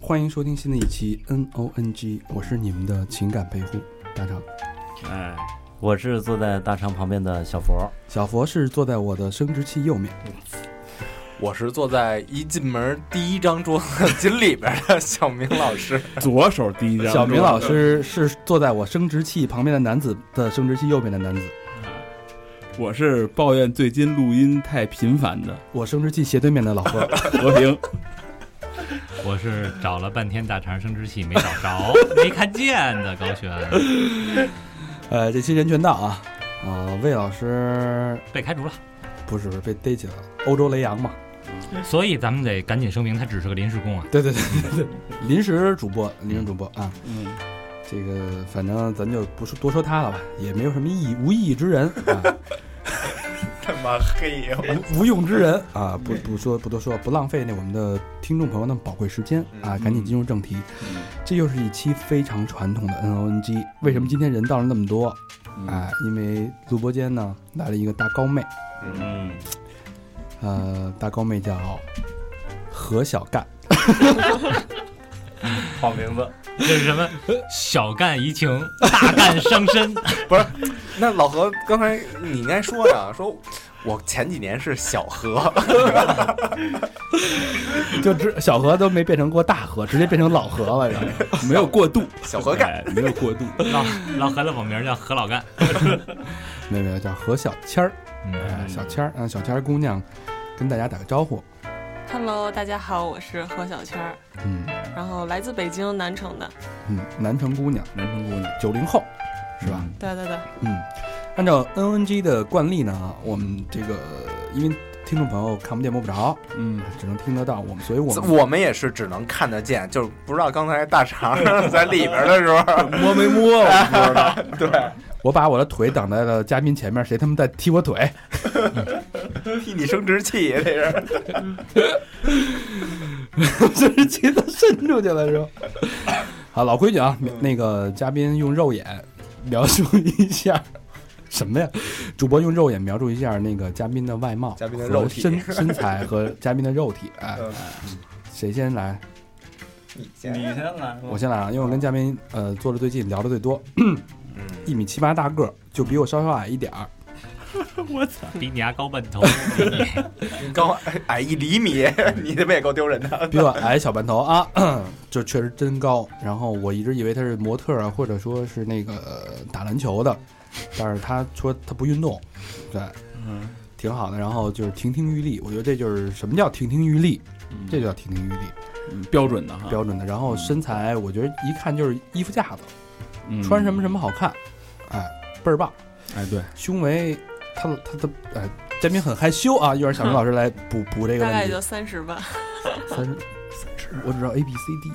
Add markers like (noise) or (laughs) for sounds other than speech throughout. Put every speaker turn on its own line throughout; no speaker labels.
欢迎收听新的一期 N O N G，我是你们的情感陪护大长。
哎，我是坐在大肠旁边的小佛。
小佛是坐在我的生殖器右面，
我是坐在一进门第一张桌子紧里边的小明老师，
左手第一张，
小明老师是坐在我生殖器旁边的男子的生殖器右边的男子，
我是抱怨最近录音太频繁的
我生殖器斜对面的老 (laughs) 何。
和平。
我是找了半天大肠生殖器没找
(laughs)
着，没看见的高璇
呃，这期人权道啊，呃，魏老师
被开除了，
不是不是被逮起来了，欧洲雷洋嘛，
所以咱们得赶紧声明，他只是个临时工啊。
对对对对对，临时主播，临时主播啊，
嗯，
这个反正咱就不说多说他了吧，也没有什么意义，无意义之人啊，
他妈黑呀！
无无用之人啊，不不说不多说，不浪费那我们的听众朋友那么宝贵时间啊，赶紧进入正题，这又是一期非常传统的 N O N G，为什么今天人到了那么多啊？因为录播间呢来了一个大高妹，
嗯，
呃，大高妹叫何小干。
好名字。
这是什么？小干怡情，大干伤
(laughs)
身。
那老何，刚才你应该说呀，说我前几年是小何，
就只小河都没变成过大河，直接变成老河了。然后
没有过渡，
小何
(laughs)
干。
哎，没有过渡。
老老何的网名叫何老干。
没有没有，叫何小谦儿，
嗯
哎，小谦儿，让小谦儿姑娘跟大家打个招呼。
Hello，大家好，我是何小圈儿，
嗯
然后来自北京南城的。
嗯，南城姑娘，
南城姑娘
九零后，是吧？
对对对，
嗯，按照 N N G 的惯例呢，我们这个因为听众朋友看不见摸不着，
嗯，
只能听得到，我们所以我们
我们也是只能看得见，就是不知道刚才大肠 (laughs) 在里边的时候，
摸没摸？我不
(laughs)
知道。
我把我的腿挡在了嘉宾前面，谁他妈在踢我腿？ (laughs)
替你生殖器这是。
就是气都伸出去了是吧？好，老规矩啊，那个嘉宾用肉眼描述一下什么呀？主播用肉眼描述一下那个嘉宾的外貌、
嘉宾的肉体
和身身材和嘉宾的肉体。哎，
嗯
谁先来？
你先
你先来，
我先来啊，因为我跟嘉宾呃坐的最近，聊的最多，
嗯，
一米七八大个儿，就比我稍稍矮一点儿。
比你丫高半头。
你刚哎矮一厘米，你这不也够丢人的？
比我矮小半头啊， (clears throat) 这确实真高。然后我一直以为他是模特啊，或者说是那个呃打篮球的，但是他说他不运动，对，
嗯，
挺好的。然后就是亭亭玉立，我觉得这就是什么叫亭亭玉立，这就叫亭亭玉立，
嗯标准的哈，
标准的。然后身材，我觉得一看就是衣服架子，
嗯
穿什么什么好看，哎，倍儿棒。
哎，对，
胸围，他他他，哎，嘉宾很害羞啊，又让小明老师来补补这个
大
问
概
题
也。就三十吧。
三十，我只知道 A B C
(laughs)
D，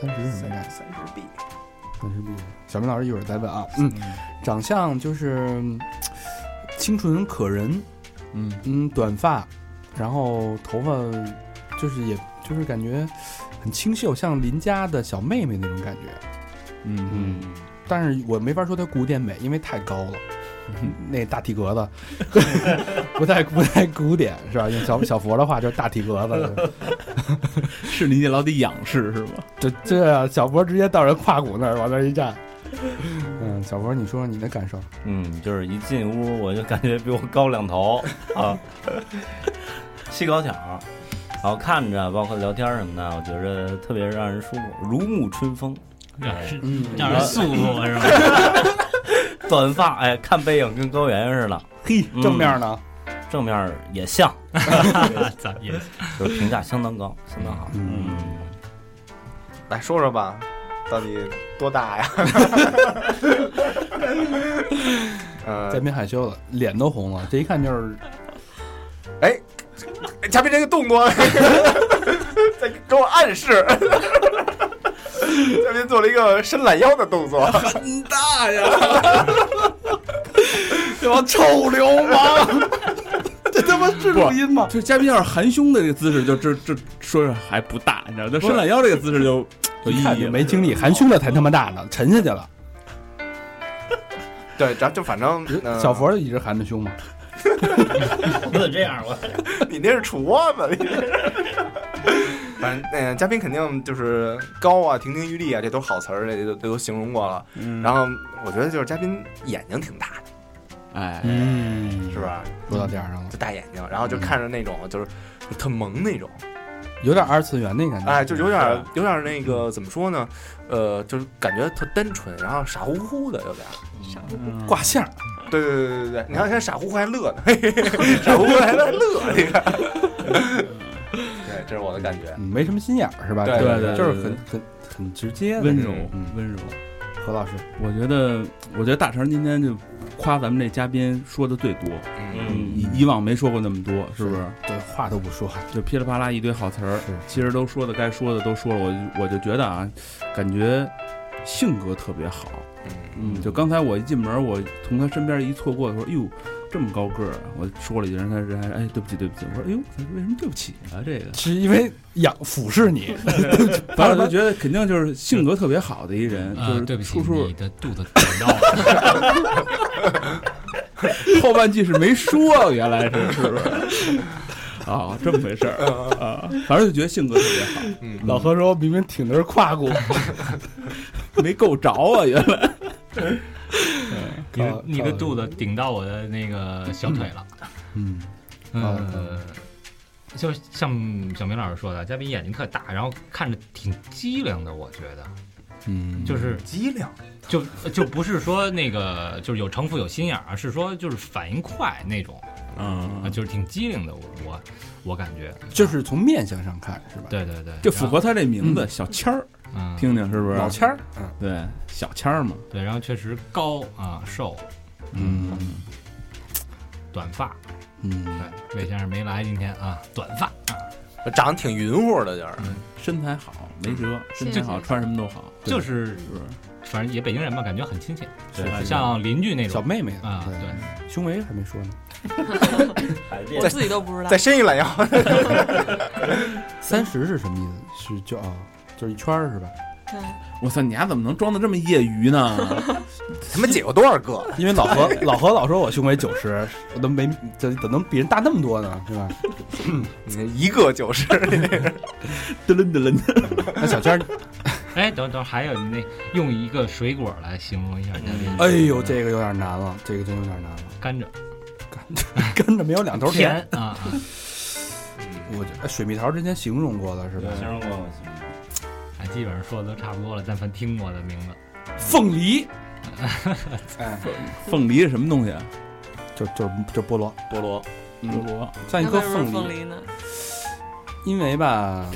三十是什么概念？
三十 B，
三十 B。小明老师一会儿再问啊。嗯，长相就是嗯清纯可人，
嗯，
嗯，短发，然后头发就是也就是感觉很清秀，像邻家的小妹妹那种感觉。
嗯
但是我没法说她古典美，因为太高
(laughs)
了。那大体格子， (laughs) 不太不太古典是吧？用小小佛的话就是大体格子，
嗯，是你也老得仰视是吧？
这这小博直接到人胯骨那儿往那儿一站。嗯，小博，你说说你的感受？
嗯，就是一进屋我就感觉比我高两头
(laughs)
啊，细高挑，然后看着包括聊天什么的，我觉着特别让人舒服，如沐春风。哎
嗯
让人素素是
(laughs)
吧？
短发，哎，看背影跟高圆圆似的，嗯
嘿，
嗯
正面呢？
正面也像，
咱也
就是评价相当高，相当好。
嗯，
嗯，
来说说吧，到底多大
(laughs)
呀？
嘉
呃，
宾害羞了，脸都红了，这一看
(laughs)
就是
哎 (laughs) 嘉宾这个动作，在给我暗示， (laughs) 嘉宾做了一个伸懒腰的动
(laughs)
作，
很大呀！这帮臭流
(laughs)
氓，这他妈是录音吗？
就嘉宾要是含胸的这个姿势，就这这说是还不大，你知道，就伸懒腰这个姿势就有意
(laughs) 一看
义
就
了，
没精力，含胸了才他妈大呢，沉下去了。
对，然后就反正、呃
小，佛一直含着胸嘛，
我得这样，我
你那是杵窝子， (laughs) 你这反正嗯、呃嘉宾肯定就是高啊，亭亭玉立啊，这都是好词儿，这都这都形容过了。
嗯。
然后我觉得就是嘉宾眼睛挺大的，
哎，
嗯
是？吧？
说到点儿上了，
就大眼睛，然后就看着那种就是特萌那种，
有点二次元那感觉。
哎，就有点有点那个怎么说呢？呃，就是感觉特单纯，然后傻乎乎的有点。嗯
傻
嗯
挂相，
对对对对对，你看现在傻乎乎还乐呢，嘿嘿嘿傻乎乎还在乐，你看。对，这是我的感觉。
嗯没什么心眼儿是吧？
对
对对
就是
对
很很很直接的
温
那
柔
种嗯，
温柔。
何老师，
我觉得，我觉得大成今天就夸咱们这嘉宾说的最多，
嗯
以以往没说过那么多，是不是？
这话都不说，
就噼里啪啦一堆好词儿
是，
其实都说的该说的都说了，我就我就觉得啊，感觉性格特别好。嗯，就刚才我一进门，我从他身边一错过，说哟，这么高个儿啊，我说了一句，他人还哎对不起对不起，我说哎呦，为什么对不起啊？这个，
是因为仰俯
(laughs)
视你，
反正我就觉得肯定就是性格特别好的一人，
呃，
就
对不
是
起，
处处
你的肚子点到了，
(laughs) 后半句是没说，原来是是不是？啊，这么回事儿啊，反正就觉得性格特别好，
嗯
老何说我明明挺的是胯骨，
(laughs) 没够着啊，原来
你的你的
靠
肚子顶到我的那个小腿了。
嗯，
呃，就像小明老师说的，嘉宾眼睛特大，然后看着挺机灵的，我觉得，
嗯，
就是
机灵，
就就不是说那个就是有城府有心眼儿，是说就是反应快那种，
啊
啊，就是挺机灵的，我我我感觉，
就是从面相上看是吧？，
对对对，
就符合
然
他这名字小谦儿，
后，嗯，
听听是不是？
老谦儿，嗯，
对小谦儿嘛，
对，然后确实高啊，瘦，
嗯，
短发，
嗯，
对，魏先生没来今天啊，短发，
长得挺匀乎的，就是。
身材好没辙，身材好
谢谢
穿什么都好，
就
对
是
是不是？
反正也北京人嘛，感觉很亲切，
对
吧像邻居那
小
种
妹妹
啊，对，
胸围还没说呢，
还
我自己都不知道
再。伸一懒腰，
三十是什么意思？是就啊，就是一圈儿是吧？
对，
我操，你丫怎么能装的这么业余呢？
(laughs) 他妈姐过多少个？
(laughs) 因为老何老何老说我胸围九十，我都没怎怎能比人大那么多呢？是吧？
一个九十，
嘚楞嘚楞的，
(laughs) 那小 (laughs) 娟儿，
哎，等等，还有那用一个水果来形容一下嘉宾，
哎呦，这个有点难了，这个真有点难了，
甘蔗
(laughs) 跟着没有两头
甜。啊，啊
我觉得哎水蜜桃之前形容过了是吧？
形容过我行
哎，基本上说的都差不多了，但凡听过的名字，
凤梨，哎，
凤梨是什么东西啊？
就就就菠萝，
菠萝，
菠萝，
算一
那
颗
为什么
凤
凤
梨，
梨呢？
因为吧，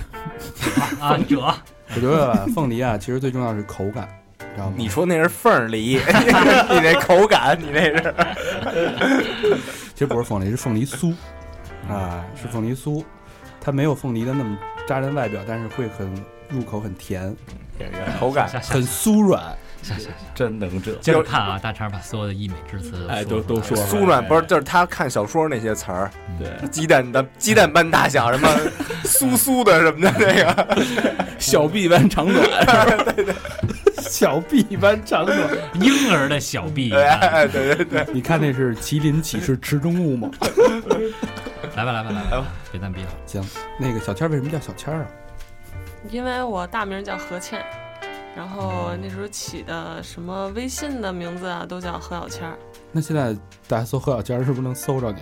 啊，者，
我觉得吧凤梨啊，其实最重要是口感，知道吗？
(laughs) 你说那是凤梨， (laughs) 你那口感，你那是
其实不是凤梨，是凤梨酥， (laughs) 啊，是凤梨酥，它没有凤梨的那么扎人外表，但是会很入口很甜，
口感。
下下
很酥软。
下下下，
真能这，
接着看啊，大肠把所有的溢美之词，
哎，都都说了
酥软不是，就是他看小说那些词儿，
对，
鸡蛋的鸡蛋般大小，什么酥酥的什么的，那个
小臂弯长短，
小臂一般长短，
婴儿的小臂，啊
对
来吧
哎对对对，
(laughs) 你看那是麒麟岂是池中物吗？
来吧来吧来吧，别蛋逼了，
行， (laughs) 那个小签儿为什么叫小签儿啊？
因为我大名叫何倩，然后那时候起的什么微信的名字啊，都叫何小倩儿。
那现在大家搜何小签儿是不是能搜着你？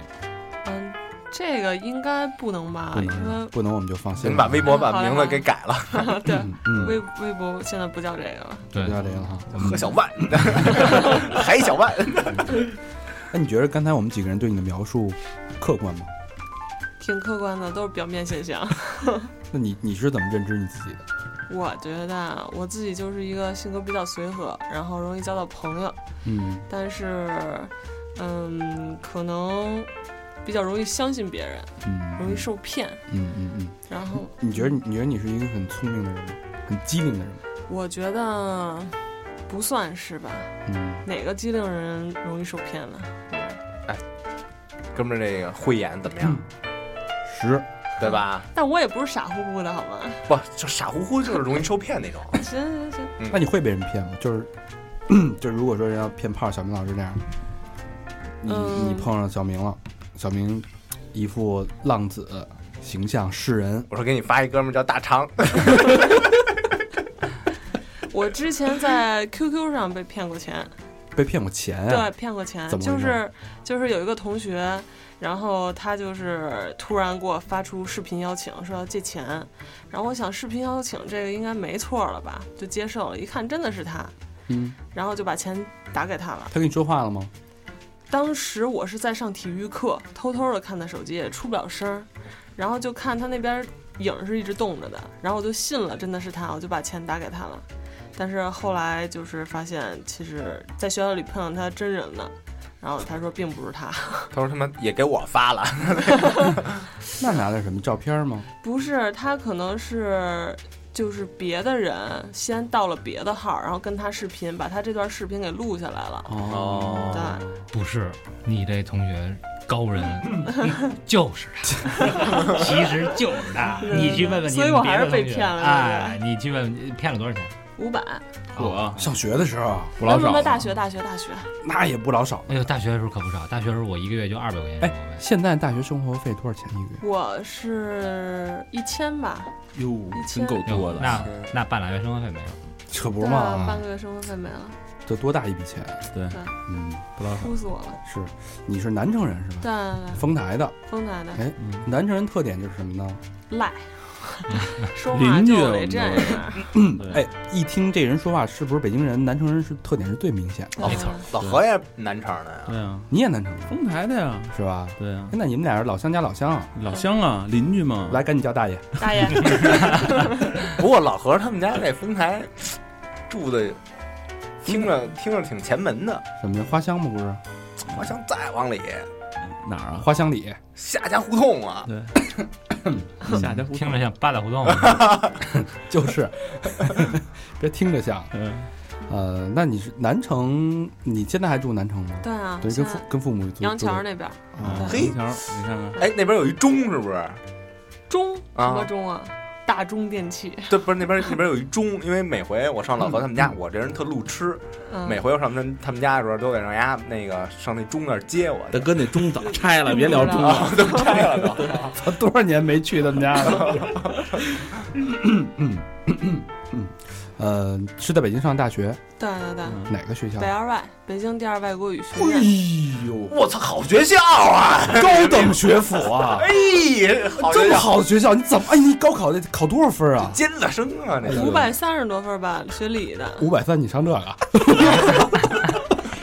嗯，这个应该不能吧？
不
因为啊
能，不能，我们就放心
你
了。
把微博把名字给改了，
对，
嗯嗯，
微微博现在不叫这个了。
对
不要这个了哈。
何小万，海小万，
那你觉得刚才我们几个人对你的描述客观吗？
挺客观的，都是表面现象。
那你你是怎么认知你自己的？
我觉得啊我自己就是一个性格比较随和，然后容易交到朋友，
嗯
但是，嗯，可能比较容易相信别人，
嗯，
容易受骗。
嗯嗯嗯。
然后
你觉得你觉得你是一个很聪明的人吗？很机灵的人吗？
我觉得不算是吧。
嗯，
哪个机灵人容易受骗呢？
哥们儿这个慧眼怎么样，
十
对吧？
但我也不是傻乎乎的好吗？ (laughs)
不，就傻乎乎就是容易受骗那种。
行行行，
那你会被人骗吗？就是 (clears throat) 就是如果说人家骗炮，小明老师那样，你
嗯
你碰上小明了，小明一副浪子形象示人，
我说给你发一哥们儿叫大肠，
我之前在 QQ 上被骗过钱，
被骗过钱啊呀、
对，骗过钱，
怎么
就
回事
是就是有一个同学，然后他就是突然给我发出视频邀请，说要借钱，然后我想视频邀请这个应该没错了吧，就接受了，一看真的是他，
嗯，
然后就把钱打给他了。
他跟你说话了吗？
当时我是在上体育课，偷偷的看他手机，也出不了声儿，然后就看他那边影儿是一直动着的，然后我就信了，真的是他，我就把钱打给他了。但是后来就是发现，其实在学校里碰到他真人了，然后他说并不是他， (laughs)
他说他妈也给我发了，
那拿的是什么照片吗？
不是他，可能是就是别的人先到了别的号，然后跟他视频，把他这段视频给录下来了。
哦，
对，
不是，你这同学高人就是他，其实就是他。
对
你去问问你
所以我
们别
还是
的
被
同学
骗了
哎，你去问问骗了多少钱？
五百，
我
上学的时候
不老
不
少啊
不，，大学大学大学，
那也不老少。
哎呦，大学的时候可不少，大学的时候我一个月就二百块钱生活费。
现在大学生活费多少钱一个月？
我是一千吧，
哟，真够多的。
那那半拉月生活费没有，
扯不
对
是
啊，
嘛
半，个月生活费没了，
这多大一笔钱？
对，
嗯，
不老少。
哭死我了。
是，你是南城人是吧？
对对啊
丰台的，
对，丰台的
哎，南城人特点就是什么呢？
赖，
(laughs)
说话就得这样。
哎，一听这人说话是不是北京人？南城人是特点是最明显的。
哦对
没错儿
老何也南城的呀。
对啊，
你也南城人
丰台的呀，
是吧？
对啊
哎，那你们俩是老乡加老乡啊，
老乡啊，邻居嘛。
来，赶紧叫大爷。
大爷，
不过老何他们家这丰台住的，听着听着挺前门的，
什么呀？花香吗？不是，
好像再往里
哪儿
(coughs)
啊？
花香里。
夏家胡同啊，
对，夏家哎胡同
听着像八大胡同。
就是， (laughs) 别听着像。
嗯，
呃，那你是南城，你现在还住南城吗？
对啊，
对，
现
跟父
在
跟父母住。
杨桥
住
那边
啊，
嘿
桥，你看看，
哎，那边有一钟是不是？
中
啊
什么中啊？大中电器，
对，不是那边那边有一钟，因为每回我上老何他们家，我这人特路痴，
嗯，
每回我上他们他们家的时候，都得让人家那个上那钟那儿接我。
大哥，那钟早拆了，哎别聊钟了。
啊，都拆了 (laughs) 都。
他多少年没去他们家了。呃，是在北京上大学，
对对对，
哪个学校
北？二外，北京第二外国语学
哎
院，
呦，
我操，好学校啊！
高等学府
(laughs)
啊！
哎，好
这
学
么
校，
好的学校，你怎么？哎，你高考得考多少分啊？
尖子生啊，那
五
个
百三十多分吧，学理的。
五百三，你上这个？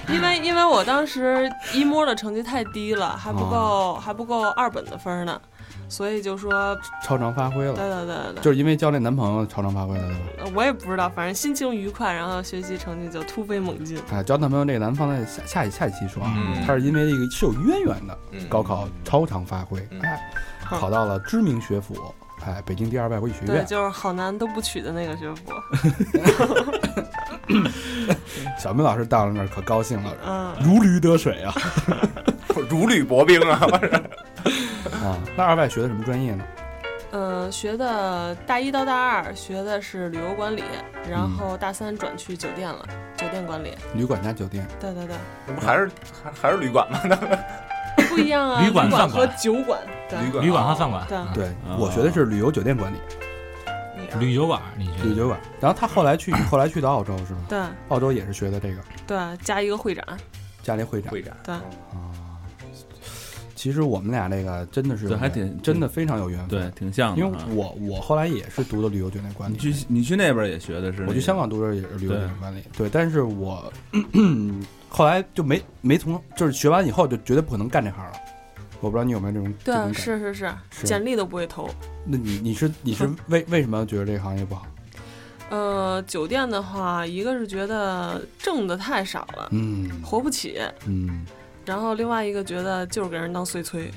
因为因为我当时一摸的成绩太低了，还不够
哦
还不够二本的分呢，所以就说，
超常发挥
对对
了，
对对
就是因为交那男朋友超常发挥了，对吧？
对，我也不知道，反正心情愉快，然后学习成绩就突飞猛进。
啊，交男朋友这个咱们放在下下一下一期说啊，
嗯
他是因为这个是有渊源的，
嗯
高考超常发挥，
嗯
哎，考到了知名学府，哎，北京第二外国语学
对，
院，
就是好男都不娶的那个学府。
小明老师到了那儿可高兴了，
嗯，
如驴得水啊
如履薄冰啊， (laughs)
啊！那二外学的什么专业呢？
呃，学的大一到大二学的是旅游管理，然后大三转去酒店了，酒店管理。
旅馆加酒店，
对对对，
那不还是还还是旅馆吗？
不一样啊，
旅
旅
馆饭
和
馆
酒馆。对
旅馆
旅馆和
啊
饭馆、
对，
对
啊
我学的是旅游酒店管理，
你啊
旅酒馆，你觉
旅
得？
酒馆。然后他后来 (clears throat) 去后来去的澳洲是吗？
对
澳洲也是学的这个，
对，加一个会长。
家里会长。
会展
对
其实我们俩这个真的是有
对还
缘
挺
真的非常有缘分，
对，挺像的
因为
啊。
我我后来也是读的旅游酒店管
你
理，
去你去那边也学的是那个？哦
我去香港读的也是旅游酒店管理，对，但是我后来就没没从就是学完以后就绝对不可能干这行了。我不知道你有没有这种这
对，
种感觉？
是是是，
是
简历都不会投。
那你你是你 (laughs) 是为为什么觉得这个行业不好？
呃，酒店的话，一个是觉得挣的太少了，
嗯
活不起，
嗯，
然后另外一个觉得就是给人当碎催。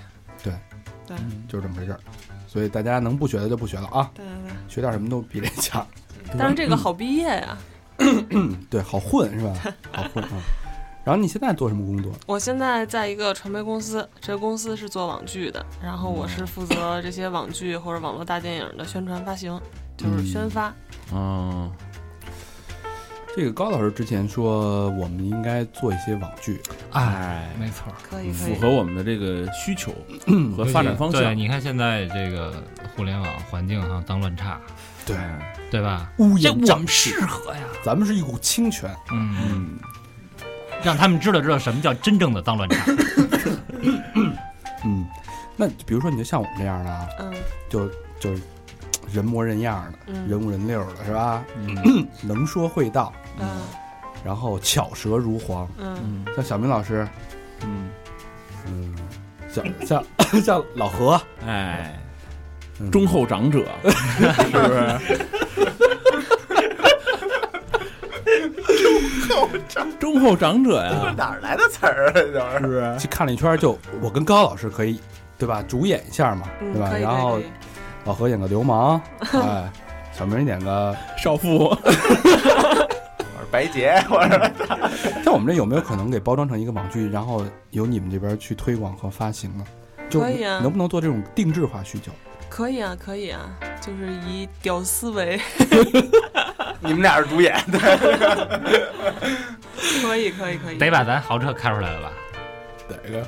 就是这么回事儿。所以大家能不学的就不学了啊，
对对对。
学点什么都比这强。
但是这个好毕业呀、
对，好混是吧？好混啊。然后你现在做什么工作？
我现在在一个传媒公司，这个公司是做网剧的，然后我是负责这些网剧或者网络大电影的宣传发行，就是宣发。
嗯，
这个高老师之前说我们应该做一些网剧，
哎，没错儿，
可以可
符
以，
合我们的这个需求和发展方
对，
向。
你看现在这个互联网环境哈，当乱差，
对，
对吧？
乌
这
烟
我
瘴
们
气，
适合呀，
咱们是一股清泉。
嗯，
嗯，
让他们知道知道什么叫真正的当乱差。
嗯，那比如说你就像我们这样的啊，
嗯
就就是人模人样的，
嗯
人五人六的是吧？ (clears throat) 能说会道，
嗯
然后巧舌如簧，
嗯
像小明老师，
嗯，
嗯，像像 (clears throat) 像老何，
哎，
嗯
忠厚长者是不是？忠厚长者呀，
哪儿来的词儿啊？这都
是
是
不是？
去看了一圈儿就，我跟高老师可以，对吧？主演一下嘛，
嗯，
对吧？
可以
然后
可以
老何演个流
(laughs)
氓，哎，小明演个，
少妇，
我是白洁，我是
像我们这有没有可能给包装成一个网剧，然后由你们这边去推广和发行呢？就
可以啊
能不能做这种定制化需求？
可以啊可以啊，就是以屌丝为
(laughs)
(laughs)
你们俩是主 (laughs) 演，
可以可以可以，
得把咱豪车开出来了吧？
哪个？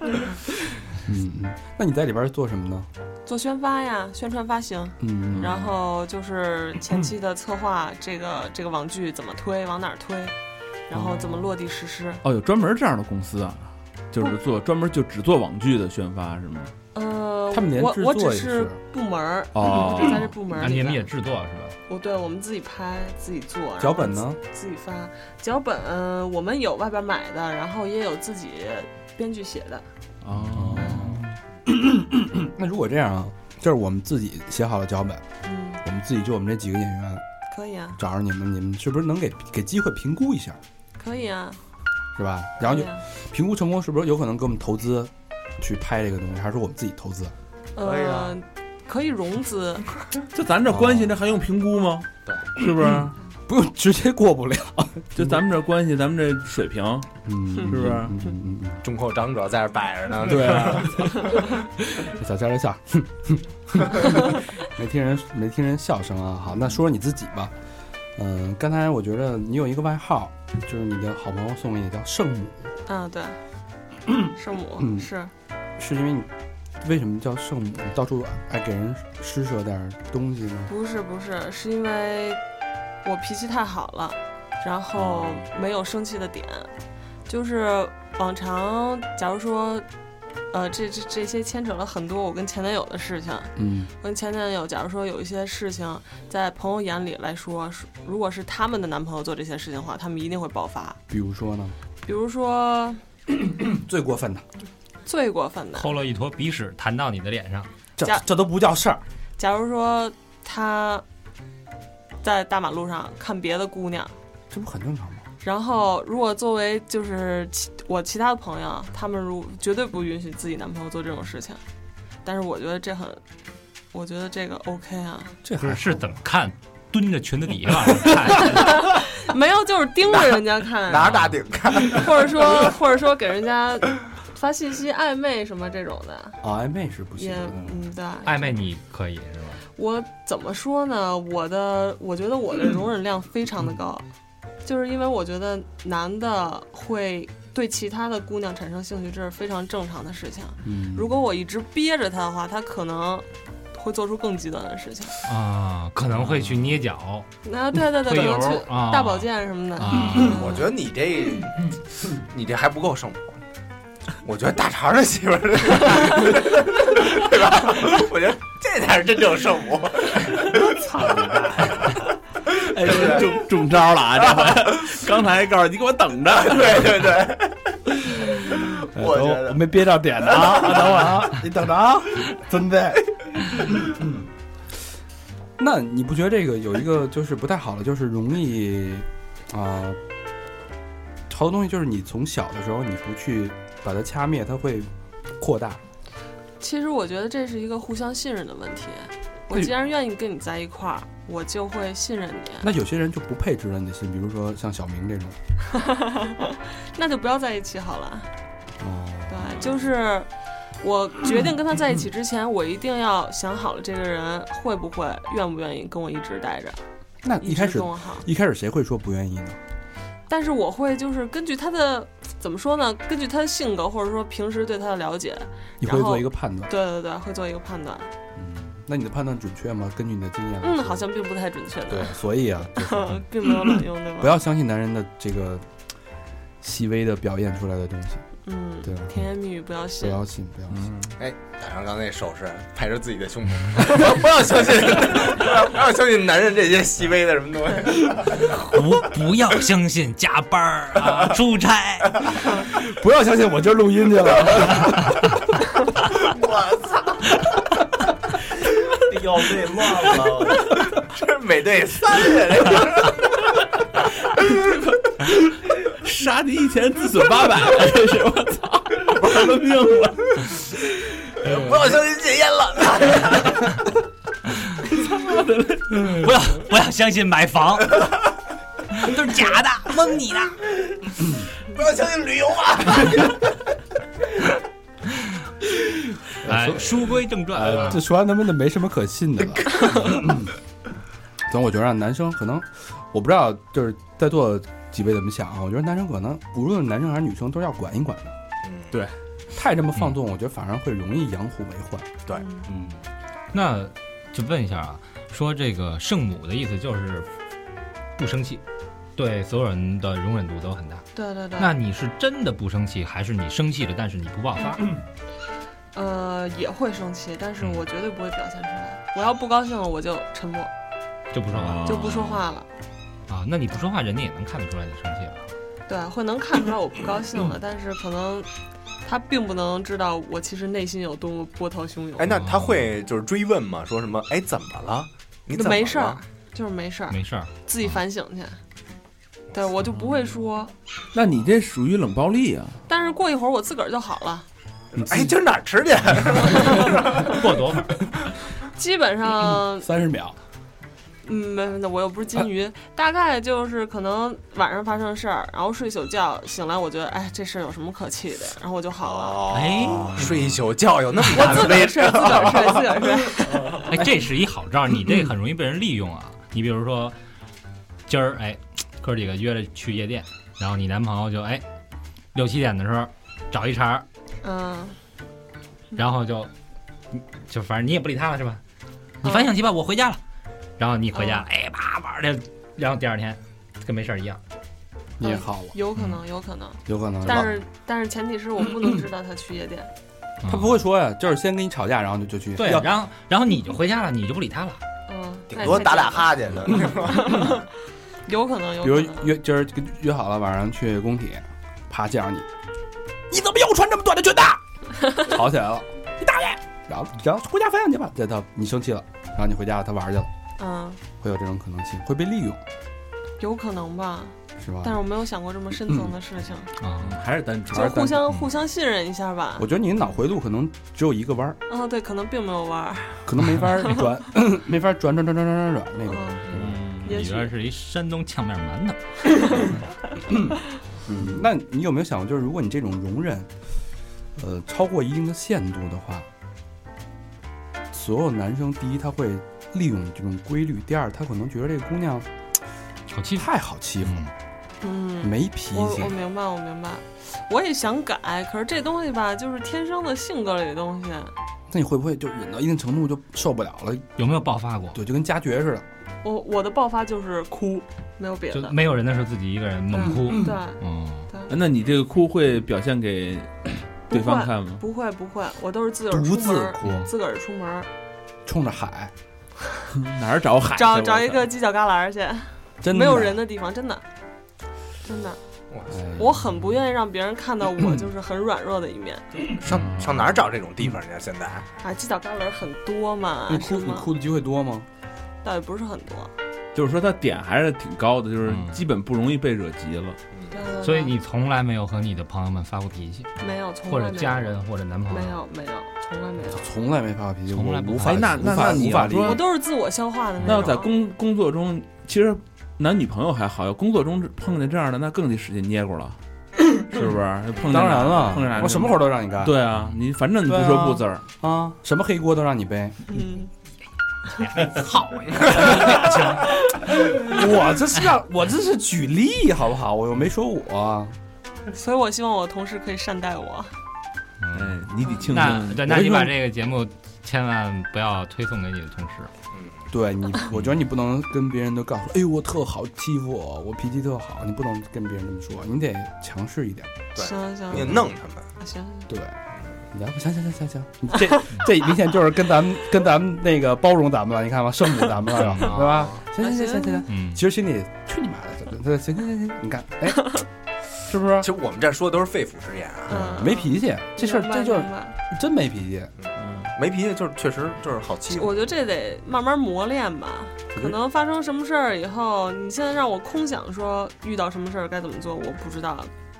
嗯，那你在里边做什么呢？
做宣发呀，宣传发行，
嗯，
然后就是前期的策划， (clears throat) 这个这个网剧怎么推，往哪儿推，然后怎么落地实施。
哦，有专门这样的公司啊，就是做
哦
专门就只做网剧的宣发是吗？
呃，
他们连
我
制
我
作
只
也
是
是
部门儿，
哦
我只在这部门儿
啊，
里
你们也
面。
制作是吧？
我对我们自己拍自己做，然后
脚本呢？
自己发。脚本呃我们有外边买的，然后也有自己编剧写的。
哦，
那如果这样啊，就是我们自己写好了脚本，
嗯，
我们自己就我们这几个演员
可以啊，
找着你们，你们是不是能给给机会评估一下，
可以啊。
是吧？然后
可
就
以啊
评估成功，是不是有可能给我们投资去拍这个东西，还是说我们自己投资？
可以
呃
啊，
可以融资，
就咱这关系，这还用评估吗？对，是不是？
不用，直接过不了，
就咱们这关系，咱们这水平，
(laughs) 嗯，
是
不是
嗯嗯嗯
忠厚长者在这摆着呢，
嗯， (laughs) 对啊。这小天儿笑， (laughs) 哼哼哼没听人没听人笑声啊。好，那说说你自己吧。嗯，刚才我觉得你有一个外号，就是你的好朋友送给你叫圣母，
嗯，
(clears throat)
对，圣母
嗯
是，
是因为你为什么叫圣母？你到处爱给人施舍点儿东西呢？
不是不是，是因为我脾气太好了，然后没有生气的点，就是往常，假如说，呃，这这这些牵扯了很多我跟前男友的事情，
嗯
我跟前男友，假如说有一些事情，在朋友眼里来说，是如果是他们的男朋友做这些事情的话，他们一定会爆发，
比如说呢，
比如说
最过分的，
最过分的，
抠了一坨鼻屎弹到你的脸上，
这
假
这都不叫事儿。
假如说他在大马路上看别的姑娘。
这不很正常吗？
然后，如果作为就是其我其他的朋友，啊他们如绝对不允许自己男朋友做这种事情，但是我觉得这很，我觉得这个 OK 啊，
这
不
还
是是怎么看？蹲着裙子底下往上看，
没有就是盯着人家看、
拿
啊，
着大顶看，
或者说或者说给人家发信息暧昧什么这种的，
啊，暧昧是哎不行
也
的。
嗯对，
暧昧你可以是吧？
我怎么说呢？我的我觉得我的容忍量非常的高，就是因为我觉得男的会对其他的姑娘产生兴趣，这是非常正常的事情。
嗯
如果我一直憋着他的话，他可能会做出更极端的
(laughs)
事情。
啊，可能会去捏脚
那对对对，
会
可
有
能去
啊
大保健什么的。
啊，
嗯我觉得你这，你这还不够圣母。我觉得大肠的媳妇儿，对吧？我觉得这才是真正圣母。
哎，中中招了啊！这回，刚才告诉你，给我等着。
对对对，
哎
我
等
觉得
没憋着点呢啊，等会儿啊，你等着啊，真的。那你不觉得这个有一个就是不太好的，就是容易啊、好多东西就是你从小的时候你不去把它掐灭，它会扩大。
嗯其实我觉得这是一个互相信任的问题。我既然愿意跟你在一块儿，我就会信任你。
那有些人就不配知道你的心，比如说像小明这种。
(laughs) 那就不要在一起好了。
哦，
对，就是我决定跟他在一起之前，我一定要想好了这个人会不会愿不愿意跟我一直待着，
那
一
啊一开
直
始
跟我好。
一开始谁会说不愿意呢？
但是我会就是根据他的怎么说呢？根据他的性格或者说平时对他的了解，
你
然
会
后
做一个判断。
对对对，会做一个判断。
那你的判断准确吗？根据你的经验来
嗯，
说
好像并不太准确
对
的，，
所以啊，就是
(laughs) 并没有卵用，对吧？
不要相信男人的这个细微的表现出来的东西，
嗯，
对吧？啊
甜言蜜语不要信
不。要信，不要信。
嗯，
打上刚才那手势，拍着自己的胸口，不要不要相信，不要不要相信男人这些细微的什么东西。
不不要相信加班儿啊，出差。
不要相信我今儿录音去了，
要哎被乱了，
这是美队三呀，这个
杀敌一千，自损八百，这是我操，玩了命了。
不要相信戒烟了。
不要不要相信买房，都是假的，蒙你的。
不要相信旅游啊！
(laughs) 哎，书归正传
哎
啊
这，说完他妈的没什么可信的了。嗯总我觉得啊，男生可能，我不知道，就是在座几位怎么想啊？我觉得男生可能无论男生还是女生，都要管一管的。
对，
太这么放纵，我觉得反而会容易养虎为患。
嗯，
那就问一下啊，说这个圣母的意思就是不生气，对所有人的容忍度都很大。
对对对。
那你是真的不生气，还是你生气了，但是你不爆发？
呃，也会生气，但是
嗯
我绝对不会表现出来。我要不高兴了，我就沉默，
哦
就不说话了
就不说话了。
啊？那你不说话，人家也能看得出来你生气了。
对，会能看出来我不高兴
嗯
了，但是可能他并不能知道我其实内心有多么波涛汹涌。
哎，那他会就是追问吗？说什么？哎，怎么了？你怎么了
没事儿，就是没事儿，
没事儿，
自己反省去。
嗯
对，我就不会说，
那你这属于冷暴力啊！
但是过一会儿我自个儿就好了。
哎，今儿哪儿吃去？
过多会儿。
基本上，
三十秒，
嗯，没没，我又不是金鱼，大概就是可能晚上发生事儿，然后睡宿觉，醒来我觉得，哎，这事儿有什么可气的，然后我就好了。
哎
哦睡一宿觉有那么大
自
的
个
威
儿睡，自个儿睡，自个儿睡。
哎，这是一好招儿，你这很容易被人利用啊。你比如说，今儿哎，哥几个约着去夜店，然后你男朋友就哎六七点的时候找一茬儿，
嗯，
然后就就反正你也不理他了是吧？
嗯
你反省去吧，我回家了。然后你回家，哎，啪玩的，然后第二天跟没事儿一样。
你也好了，
有可能，有可能，
有可能。
但是但是前提是我不能知道他去夜店。
他不
会
会说呀，就是先跟你吵架，然后就就去。
嗯对
要，
然后然后你就回家了，你就不理他了。
嗯，
顶多打俩哈欠呢。
(laughs) 那也太贱了，有可能，有
比如
可能。
约今儿约好了晚上去工体，啪见着你，你怎么又穿这么短的裙子？吵起来了，你大爷！然后然后回家反省去吧。对他你生气了，然后你回家了，他玩去了，
嗯，
会有这种可能性，会被利用，
有可能吧，
是吧？
但是我没有想过这么深层的事情，
啊，
还是单纯
就互相互相信任一下吧
我。觉得你脑回路可能只有一个弯儿，
嗯，对，可能并没有玩儿，
可能没法儿转，没法儿转转转转转转转那个。
嗯，
嗯
也
里
许
边是一山东呛面馒头。
嗯，那你有没有想过，就是如果你这种容忍，呃，超过一定的限度的话，所有男生第一他会利用你这种规律，第二他可能觉得这个姑娘
好气
太好欺负，
嗯，
嗯，
没脾
我
气
我，明白，我明白，我也想改，可是这东西吧，就是天生的性格里的东西，
那你会不会就忍到一定程度就受不了了？
有没有爆发过？
对，就跟佳绝似的。
我我的爆发就是哭，没有别
就
的，
没有人的时候自己一个人猛哭。
嗯对。
嗯，
对，
那你这个哭会表现给对方看吗？
不会不会，我都是自个儿
独
出
自
门儿
哭，
自个儿出门儿，
冲着海，
哪儿找
哎
海去？
找
我操
找一个犄角旮旯儿去，
真的
没有人。的地方，真的，真的，
哎
我很不愿意让别人看到
(clears throat)
我就是很软弱的一面
上上哪儿找这种地方去？现在
啊。犄角旮旯儿很多嘛，
你
是
哭你
吗？
哭的机会多吗？
倒也不是很多，
就是说他点还是挺高的，就是
嗯
基本不容易被惹急了。
嗯
对对对
所以你从来没有和你的朋友们发过脾气，
没有，从来
或者
没有
家人或者男朋
没
友，
有没有，从来没有，
从来没发过脾气，
从来
我
不
无
发
法
哎那
无
那
法
那你
无法
要
理
说
解
我都是自我消化的
那要
种。
在工工作中，其实男女朋友还好，要工作中碰见这样的，那更得使劲捏咕
(coughs)
了，是不是？碰见
当然
碰见俩
了，我什么活
儿
儿都让你干。
对啊，你反正你不说不字儿，
啊，什么黑锅都让你背。
嗯，
操
我这是让我这是举例好不好？我又没说我。
所以我希望我同事可以善待我。
哎，
啊
你得庆
嗯那
幸
对，那你把这个节目千万不要推送给你的同事。
对你，我觉得你不能跟别人都告诉，哎呦我特好欺负我，我脾气特好，你不能跟别人这么说，你得强势一点。
对
行行，
你得弄他们。
行行，
对，你要不行行行行行，你这 (laughs) 这明显就是跟咱们跟咱们那个包容咱们了，你看吧，圣母咱们了，对 (laughs) 吧？行行行行行，
嗯，
其实心里去你妈的，怎么的行行行行，你看，哎， (laughs) 是不是
其？实我们这说的都是肺腑之言啊，
嗯，
没脾气，这事儿
明白
这就是
明白
真没脾气。
没脾气就是确实就是好欺负。
我觉得这得慢慢磨练吧。
嗯
可能发生什么事儿以后，你现在让我空想说遇到什么事儿该怎么做，我不知道，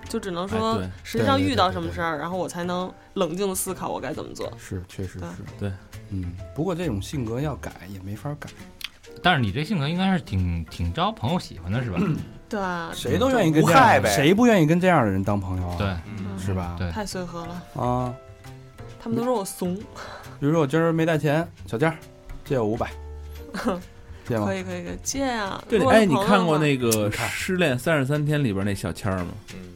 就只能
哎
说
对
实际上
对对对
遇到什么事儿，然后我才能冷静的思考我该怎么做。
是，确实
对
是，
对，
嗯，不过这种性格要改也没法改，
但是你这性格应该是挺挺招朋友喜欢的，是吧？
对啊，
谁都愿意跟
无
这样
害
的
呗
谁不愿意跟这样的人当朋友啊？
对，
嗯，
是吧？
对
太随和了，
啊，
他们都说我怂。
比如说我今儿没带钱，小佳儿借我五百，借吗
可？以可以可以借啊！
对
如，果是
哎，你
朋友
看过
的话
那个《
看
失恋三十三天》里边那小谦儿吗？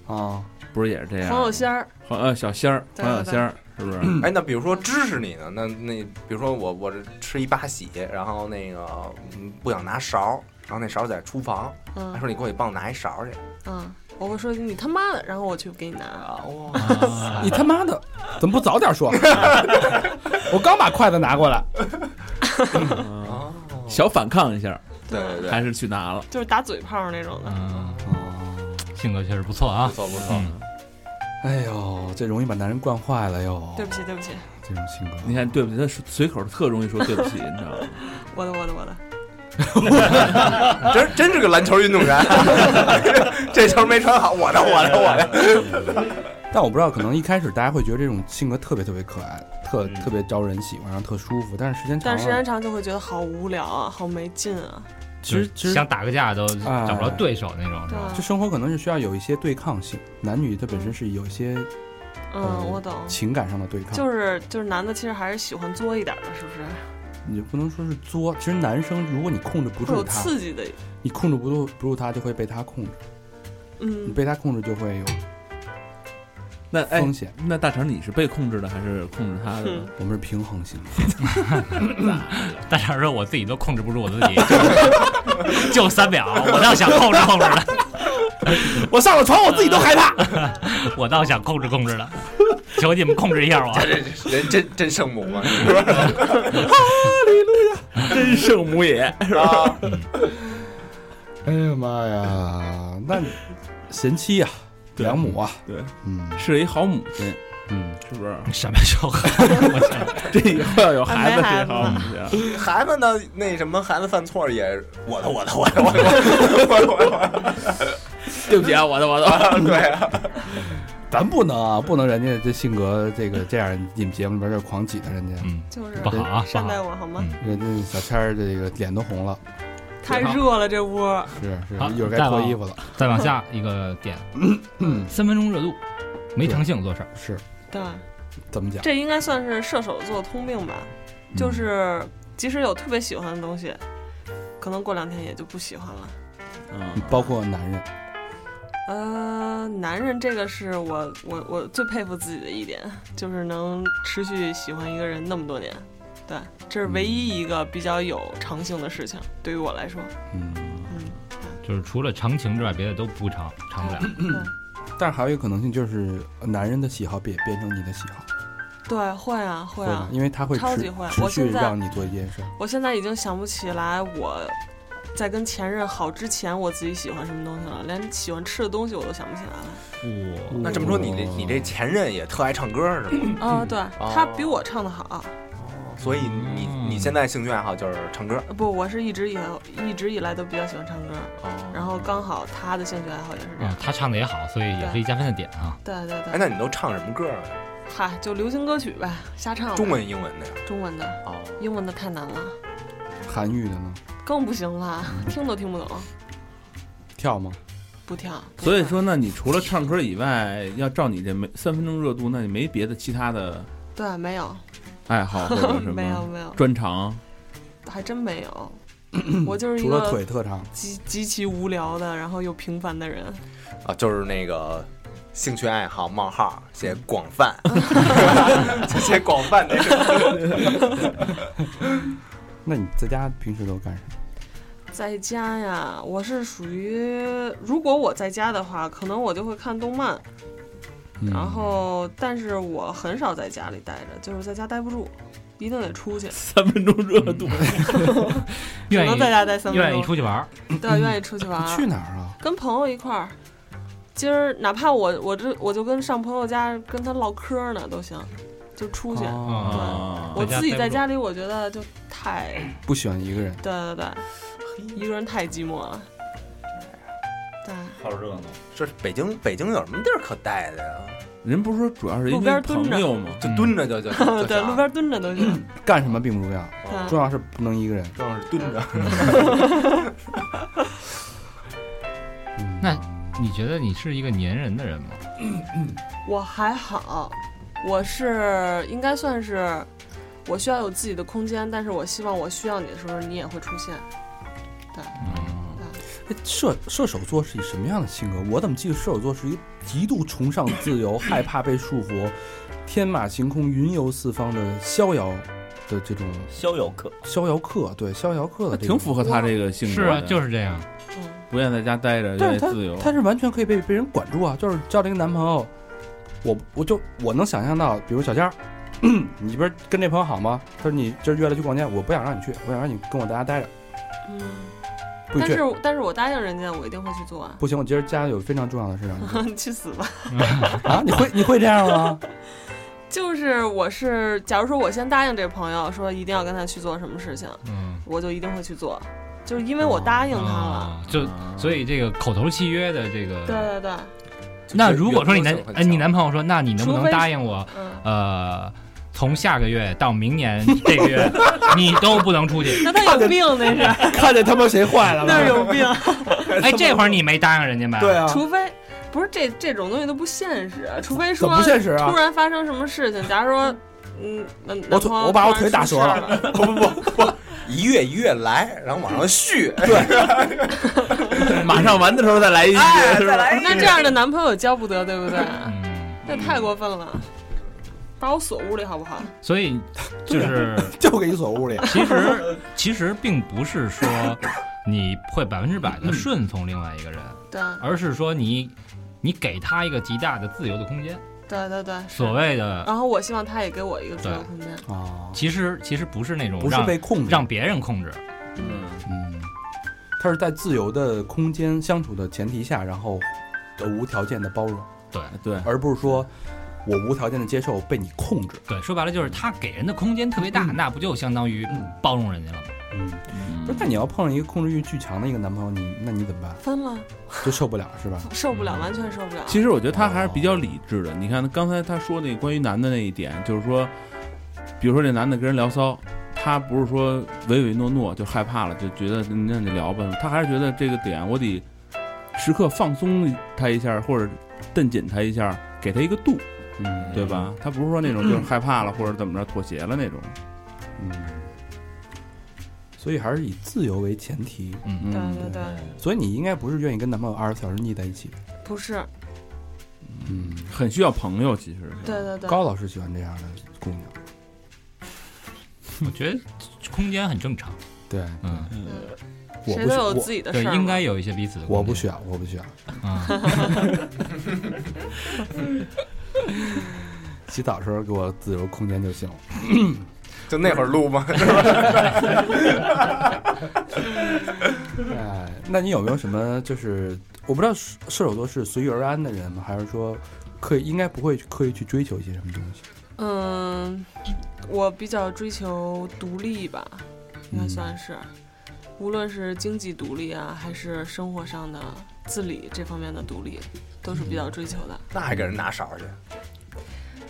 啊，
不是也是这样？
黄有仙儿？
黄呃小仙儿，
对
黄小仙儿是不
(coughs)
是？
哎，那比如说支持你呢？那那比如说我我这吃一八喜，然后那个嗯不想拿勺，然后那勺在厨房，他
嗯
说你过去帮我拿一勺去。
嗯，我会说你他妈的，然后我去给你拿。
你他妈的怎么不早点说？ (laughs) 我刚把筷子拿过来，
嗯小反抗一下，
对对对，
还是去拿了。
就是打嘴炮那种的。
嗯，性格确实不错
不
啊。
错不错。
嗯，
哎呦，这容易把男人惯坏了哟。
对不起对不起，
这种性格，
你看，对不起，他随口特容易说对不起，你知道吗？
我的我的我的，
真真是个篮球运动员，这球没传好，我的我的我的。
但我不知道，可能一开始大家会觉得这种性格特别特别可爱，特特别招人喜欢，然后特舒服。但是时间长
但是时间
了，
长就会觉得好无聊啊，好没劲啊。
其实其实
想打个架都找不着对手那种，是
对
吧？
啊
就，生活可能是需要有一些对抗性，男女它本身是有一些
嗯，我懂，
情感上的对抗，
就是就是男的其实还是喜欢作一点的，是不是？
你不能说是作。其实男生如果你控制不
会有
住他，
刺激的，
你控制不住不住他，就会被他控制，你
嗯，
被他控制就会有
那哎，
风险。
那大成你是被控制的还是控制他的
嗯
呢？
我们是平衡型，
但是说我自己都控制不住我自己，就 (laughs) 三秒，我倒想控制控制了， (laughs)
我上了床我自己都害怕。
我倒想控制控制了，求你们控制一下我。
这这人真真圣母嘛，是不是？
真圣母也，
啊，
哎呀妈呀，那贤妻呀、
对
良母啊，
对，
嗯
是一好母亲，
嗯，
是不是？
什么 (laughs) 时候？我
这以后要有孩子，是
还没孩
一
子
好母亲。啊
孩子呢？那什么，孩子犯错也我的我的我的我的我的我的我的，
对不起啊，我的我的，
对啊，
咱不能啊，不能人家这性格这个这样，你们节目里边这狂挤的人家，
嗯，
就是
不好啊，不
善待
好。
我好吗？
嗯
人家小谦儿这个脸都红了，
太
啊
热了，这屋。
嗯
是是
好，
一会儿该
再
脱
往
衣服了，
再往下一个点，三分钟热度，没诚信做事儿。
是
对，
怎么讲？
这应该算是射手座通病吧，
嗯
就是即使有特别喜欢的东西，可能过两天也就不喜欢了。
嗯
嗯
包括男人，
呃，男人这个是我我我最佩服自己的一点，就是能持续喜欢一个人那么多年。对，这是唯一一个比较有长性的事情，对于我来说，
嗯，
嗯，
就是除了长情之外，别的都不长，长不了。
嗯
但是还有一个可能性就是，呃男人的喜好变变成你的喜好，
对，会啊，会
对
啊
吧？，因为他会
超
持
级会
持
我
续
现在
让你做一件事儿，
我现在已经想不起来我在跟前任好之前我自己喜欢什么东西了，连喜欢吃的东西我都想不起来了。
我
那这么说，你这你这前任也特爱唱歌是吗？
啊，对
哦
他比我唱的好，
所以你你现在兴趣爱好就是唱歌。
呃不，我是一直以来一直以来都比较喜欢唱歌，然
哦
然后刚好他的兴趣爱好也是这样
嗯，。他唱的也好，所以也是一加分的点啊。
对对
哎，
对，
那你都唱什么歌啊？
嗨，就流行歌曲呗，瞎唱呗。
中文、英文的呀？
中文的，
哦，
英文的太难了，
韩语的呢？
更不行了，听都听不懂，
跳吗？
不跳。不
所以
会
说，那你除了唱歌以外，要照你这没三分钟热度，那你没别的其他的
对，没有，
爱好或者什
(laughs) 没有
么
没有，
专长？
还真没有。我就是一
除了
个
腿特长，
极极其无聊的，然后又平凡的人。
啊，就是那个兴趣爱好冒号写广 (laughs) 泛，就写广泛那个。
那你在家平时都干什么？
在家呀，我是属于，如果我在家的话，可能我就会看动漫，
嗯
然后，但是我很少在家里待着，就是在家待不住，一定得出去，
三分钟热度，
只
愿
能在
意
家待三分
愿
钟
意。出去玩儿，
对，愿意出去玩儿，
嗯去哪儿啊？
跟朋友一块儿。今儿哪怕我我这我就跟上朋友家跟他唠嗑呢都行，就出去。
哦
啊
我自己
在
在
家
家里，我觉得就太
(clears throat) 不喜欢一个人。
对对对，一个人太寂寞了。对，
好 (laughs) 热闹。
这是北京，北京有什么地儿可待的呀？
人不是说主要是因
路边
为
儿蹲着
朋友吗？
就蹲着就就就
哦
就
对，
行
路边蹲着都行。
干什么并不重要，
对
重要是不能一个人。
正好是蹲着。
嗯
那你觉得你是一个粘人的人吗？
(clears throat) 我还好，我是应该算是，我需要有自己的空间，但是我希望我需要你的时候，你也会出现。
嗯，
哎射射手座是一什么样的性格？我怎么记得射手座是一个极度崇尚自由、害怕被束缚、天马行空、云游四方的逍遥的这种
逍遥客，
逍遥客，对逍遥客
那
的这
挺
种
符合他这个性格
是
的
啊，就是这样。
嗯，
不愿在家待着，
但
愿
是
意
他
自由。
他是完全可以被被人管住啊，就是交了一个男朋友，我我就我能想象到，比如小佳儿， (clears throat) 你不是跟这朋友好吗？他说你今儿约了去逛街，我不想让你去，我想让你跟我在家待着，
嗯，
不许
但
去
是，但是我答应人家，我一定会去做啊。
不行，我今儿家有非常重要的事让你
(laughs)
去
去死吧！
啊！你会你会这
(laughs)
样吗？
就是我是，假如说我先答应这个朋友说一定要跟他去做什么事情，
嗯，
我就一定会去做，就是因为我答应他
哦
了。
啊就
啊
所以这个口头契约的这
对
个，
对对，
那如果说你男
就觉得
哎你男朋友说，那你能不
除
能
非
答应我？
嗯，
呃，从下个月到明年这个月， (laughs) 你都不能出
(laughs)
去。
(laughs) 那他有病那是，
(laughs) 看见他妈谁坏了
那是有病。
(laughs)
哎，这会儿你没答应人家吧？嗯
对，啊，
除非不是这这种东西都不现实，除非
怎
说
么不现实啊
突？然发生什么事情，假如说，嗯，那
我腿我把我腿打折了
了，
(laughs)
不不不不，一月一月来，然后往上续， (laughs)
马上完的时候再来一句，
哎
是吧
再来一
那这样的男朋友交不得，对不对？ (laughs)
嗯，
那太过分了， (laughs) 把我锁屋里好不好？
所以就是
(laughs) 就给你锁屋里，
其实其实并不是说你会百分之百
嗯
的顺从另外一个人，
对
而是说你你给他一个极大的自由的空间，
对对对，是
所谓的。
然后我希望他也给我一个自由空间，
啊，
其实其实不是那种
不是
让
被控制，
让别人控制，
嗯
嗯，他是在自由的空间相处的前提下，然后呃无条件的包容，
对，
而不是说我无条件的接受被你控制。
对，说白了就是他给人的空间特别大，
嗯
那不就相当于
嗯
包容人家了吗？
嗯，不是，那你要碰上一个控制欲巨强的一个男朋友，你那你怎么办？
分了
就受不了是吧？
受不了，完全受不了。
其实我觉得他还是比较理智的。你看刚才他说那个关于男的那一点，就是说，比如说这男的跟人聊骚，他不是说唯唯诺诺就害怕了，就觉得嗯那你聊吧，他还是觉得这个点我得时刻放松他一下，或者蹬紧他一下，给他一个度，
嗯
对吧？他不是说那种就是害怕了或者怎么着妥协了那种。
嗯，所以还是以自由为前提。
嗯，
对
嗯，
对对，
所以你应该不是愿意跟男朋友二十四小时腻在一起的。
不是，
嗯，
很需要朋友，其实
对对对，
高老师喜欢这样的姑娘。
我觉得空间很正常，
对，
嗯，
我
谁
不
都
需
有
我
自己的
对
事儿，嘛，
应该有一些彼此的空间。
我不需要，我不需要。
啊，
(laughs) 洗澡时候给我自由空间就行了。
就那会儿录吗？
哎，那你有没有什么就是我不知道射射手座是随遇而安的人吗？还是说刻意应该不会去刻意去追求一些什么东西？
嗯，我比较追求独立吧，应该
嗯
算是。无论是经济独立啊，还是生活上的自理这方面的独立，都是比较追求的。
那还给人拿勺去？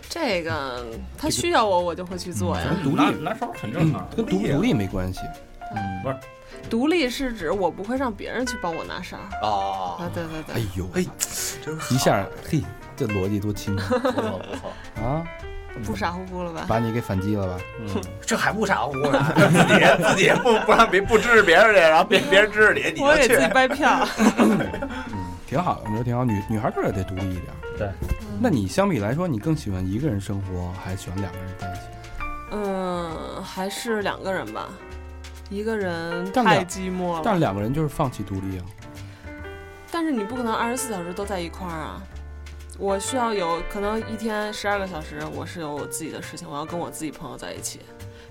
这个他需要我，我就会去做呀。
独立
拿拿勺很正常。
啊
跟独不独立没关系。
独立是指我不会让别人去帮我拿勺儿
哦
啊，，对对对
哎，呦，
哎，真好
一下嘿，这逻辑多
(laughs)
清楚
不错不错，
啊！
不傻乎乎了吧？
把你给反击了吧？
这还不傻乎呢？自己自己不不让别不支持别人去，然后别别人支持你，你
我
就
给自
去。
己
哎
掰票。
挺好的，你说挺好。女女孩就是得独立一点。
对，
那你相比来说，你更喜欢一个人生活，还是喜欢两个人在一起？
嗯，还是两个人吧，一个人
但两
太寂寞了。
但是两个人就是放弃独立啊。
但是你不可能二十四小时都在一块儿啊。我需要有可能一天十二个小时，我是有我自己的事情，我要跟我自己朋友在一起，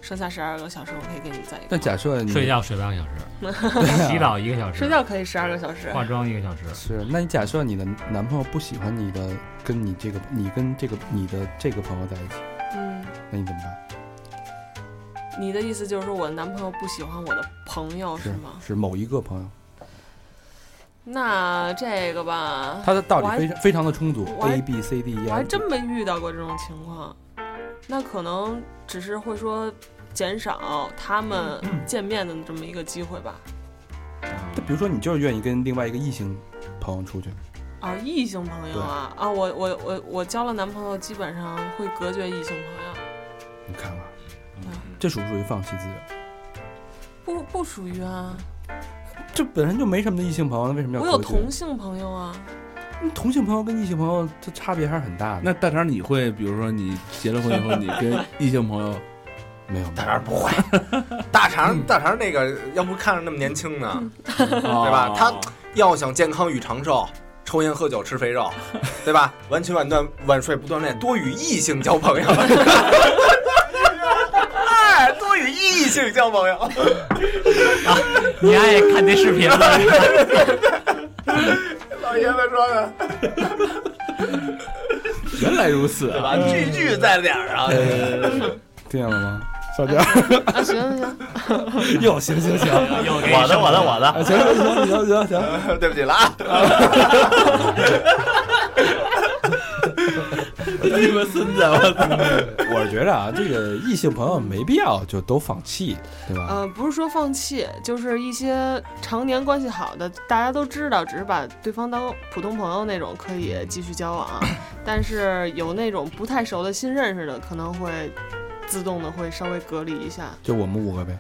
剩下十二个小时我可以跟你在一块
但
儿。
假设你
睡觉睡半个小时，
(laughs)
对啊
洗澡一个小时，
睡觉可以十二个小时，
化妆一个小时，
是，那你假设你的男朋友不喜欢你的，跟你这个你跟这个你的这个朋友在一起，
嗯，
那你怎么办？
你的意思就是说我的男朋友不喜欢我的朋友是吗？
是某一个朋友，
那这个吧，
他的道
我
理
还
非常非常的充足
我还
，A B C D E，
我还
F
真没遇到过这种情况，那可能只是会说减少他们见面的这么一个机会吧。
嗯那比如说，你就是愿意跟另外一个异性朋友出去，
啊，异性朋友啊啊！我我我我交了男朋友，基本上会隔绝异性朋友，
你看看，这属不属于放弃自由？
不不属于啊。
这本身就没什么的异性朋友，那为什么要
我
隔
有
绝
同性朋友啊，
同性朋友跟异性朋友，这差别还是很大的。
那大肠，你会比如说你结了婚以后，你跟异性
(laughs)
朋友，
没有，
大肠不 (laughs) 会，大肠大肠那个要不看着那么年轻
嗯
呢，
对
对吧？他要想健康与长寿，抽烟喝酒吃肥 (laughs) 肉，对吧？晚起晚断晚睡不锻炼，多与异性交朋 (laughs) 友。哎，多与异性交朋友，
你爱看那视频吗？
老爷们说的，
原来如此
对
啊！
吧？句句在理儿啊。
听见了吗？小娟，
啊行行行，
(laughs) 哟，行行行，
我的我的我的，
啊行行行行行行，
对不起了啊，
哎你们孙子，我操！
(laughs) 我觉着啊，这个异性朋友没必要就都放弃，对吧？
呃，不是说放弃，就是一些常年关系好的，大家都知道，只是把对方当普通朋友那种可以继续交
(laughs)
往，啊但是有那种不太熟的新认识的，可能会自动的会稍微隔离一下。
就我们五 (laughs) 个呗。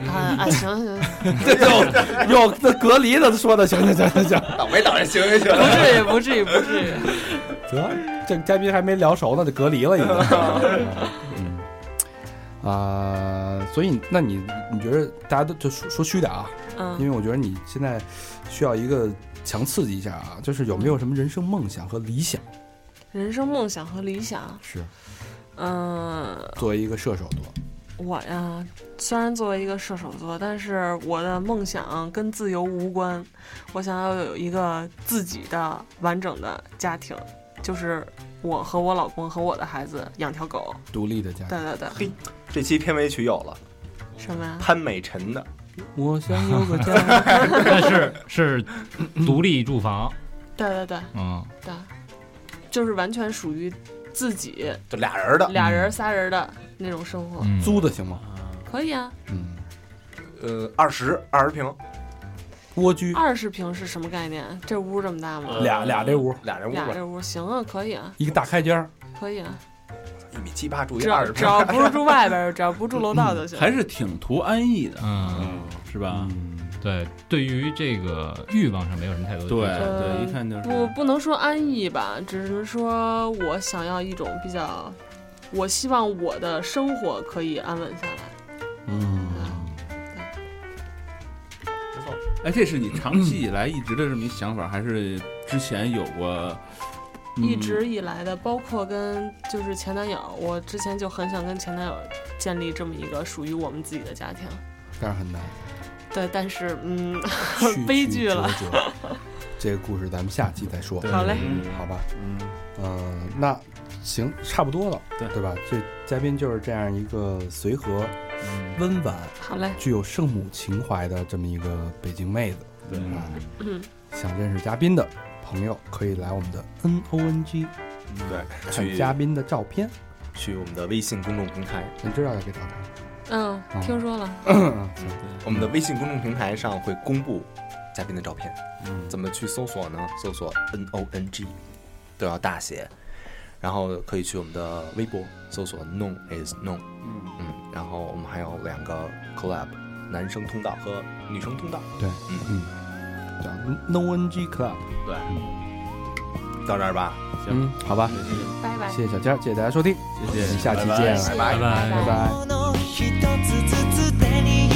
嗯
啊啊，行行
(laughs)
行，
这就有这隔离的说的，行行行行行，
倒霉倒霉，行行行。
不至于不至于不至于。
得这嘉宾还没聊熟呢，就隔离了已 (laughs) 经。嗯啊、所以那你你觉得大家都就说说虚的啊，
嗯
因为我觉得你现在需要一个强刺激一下啊，就是有没有什么人生梦想和理想？
人生梦想和理想，
是
嗯、
作为一个射手座，
我呀，虽然作为一个射手座，但是我的梦想跟自由无关。我想要有一个自己的完整的家庭，就是我和我老公和我的孩子养条狗。
独立的家庭
对。对对，
这期片尾曲有了，
什么呀？
潘美辰的，
我想有个家。
但是是独立住房，
对对对
嗯，
对，就是完全属于自己
就俩人的，
俩人儿仨人儿的那种生活，
嗯
租的行吗？
可以啊。
嗯，
呃，二十二十平，
蜗居，
二十平是什么概念？这屋这么大吗？
俩俩这屋，
呃俩人屋
俩
吧，
这屋行啊，可以啊，
一个大开间儿，
可以啊。
一米七八住一
只
二
要
十
只
平，
要不是住外边儿，只要不住楼道
(laughs)
就行。
还是挺图安逸的，
嗯，
是吧？
对，对于这个欲望上没有什么太多的
对
追求
对，一看就是
不不能说安逸吧，只是说我想要一种比较，我希望我的生活可以安稳下来。
嗯，
哎，这是你长期以来一直的这么一想法，还是之前有过？嗯
一直以来的，包括跟就是前男友，我之前就很想跟前男友建立这么一个属于我们自己的家庭。
但是很难，
对，但是嗯，
曲
悲
曲
剧了
折折。这个故事咱们下期再说，
好嘞，
好吧？嗯，呃，那行，差不多了，
对
对吧？这嘉宾就是这样一个随和、
嗯
温婉、
好嘞，
具有圣母情怀的这么一个北京妹子。
对
啊
嗯，
想认识嘉宾的朋友，可以来我们的 N O N G
对，
看
去
嘉宾的照片，
去我们的微信公众平台，
你知道要给打开。
嗯
嗯，
听说了，
嗯行
我们的微信公众平台上会公布嘉宾的照片。
嗯，
怎么去搜索呢？搜索 N O N G，都要大写。然后可以去我们的微博搜索 “known is known”，
嗯，
嗯，然后我们还有两个 collab，男生通道和女生通道。
对，嗯，叫 N O N G Club。
对，到这儿吧，
嗯，好吧，
拜拜。
谢谢小佳，谢谢大家收听，
谢
我
谢
们。下期
拜拜
见，
拜
拜拜
拜拜。
もの一つずつ手に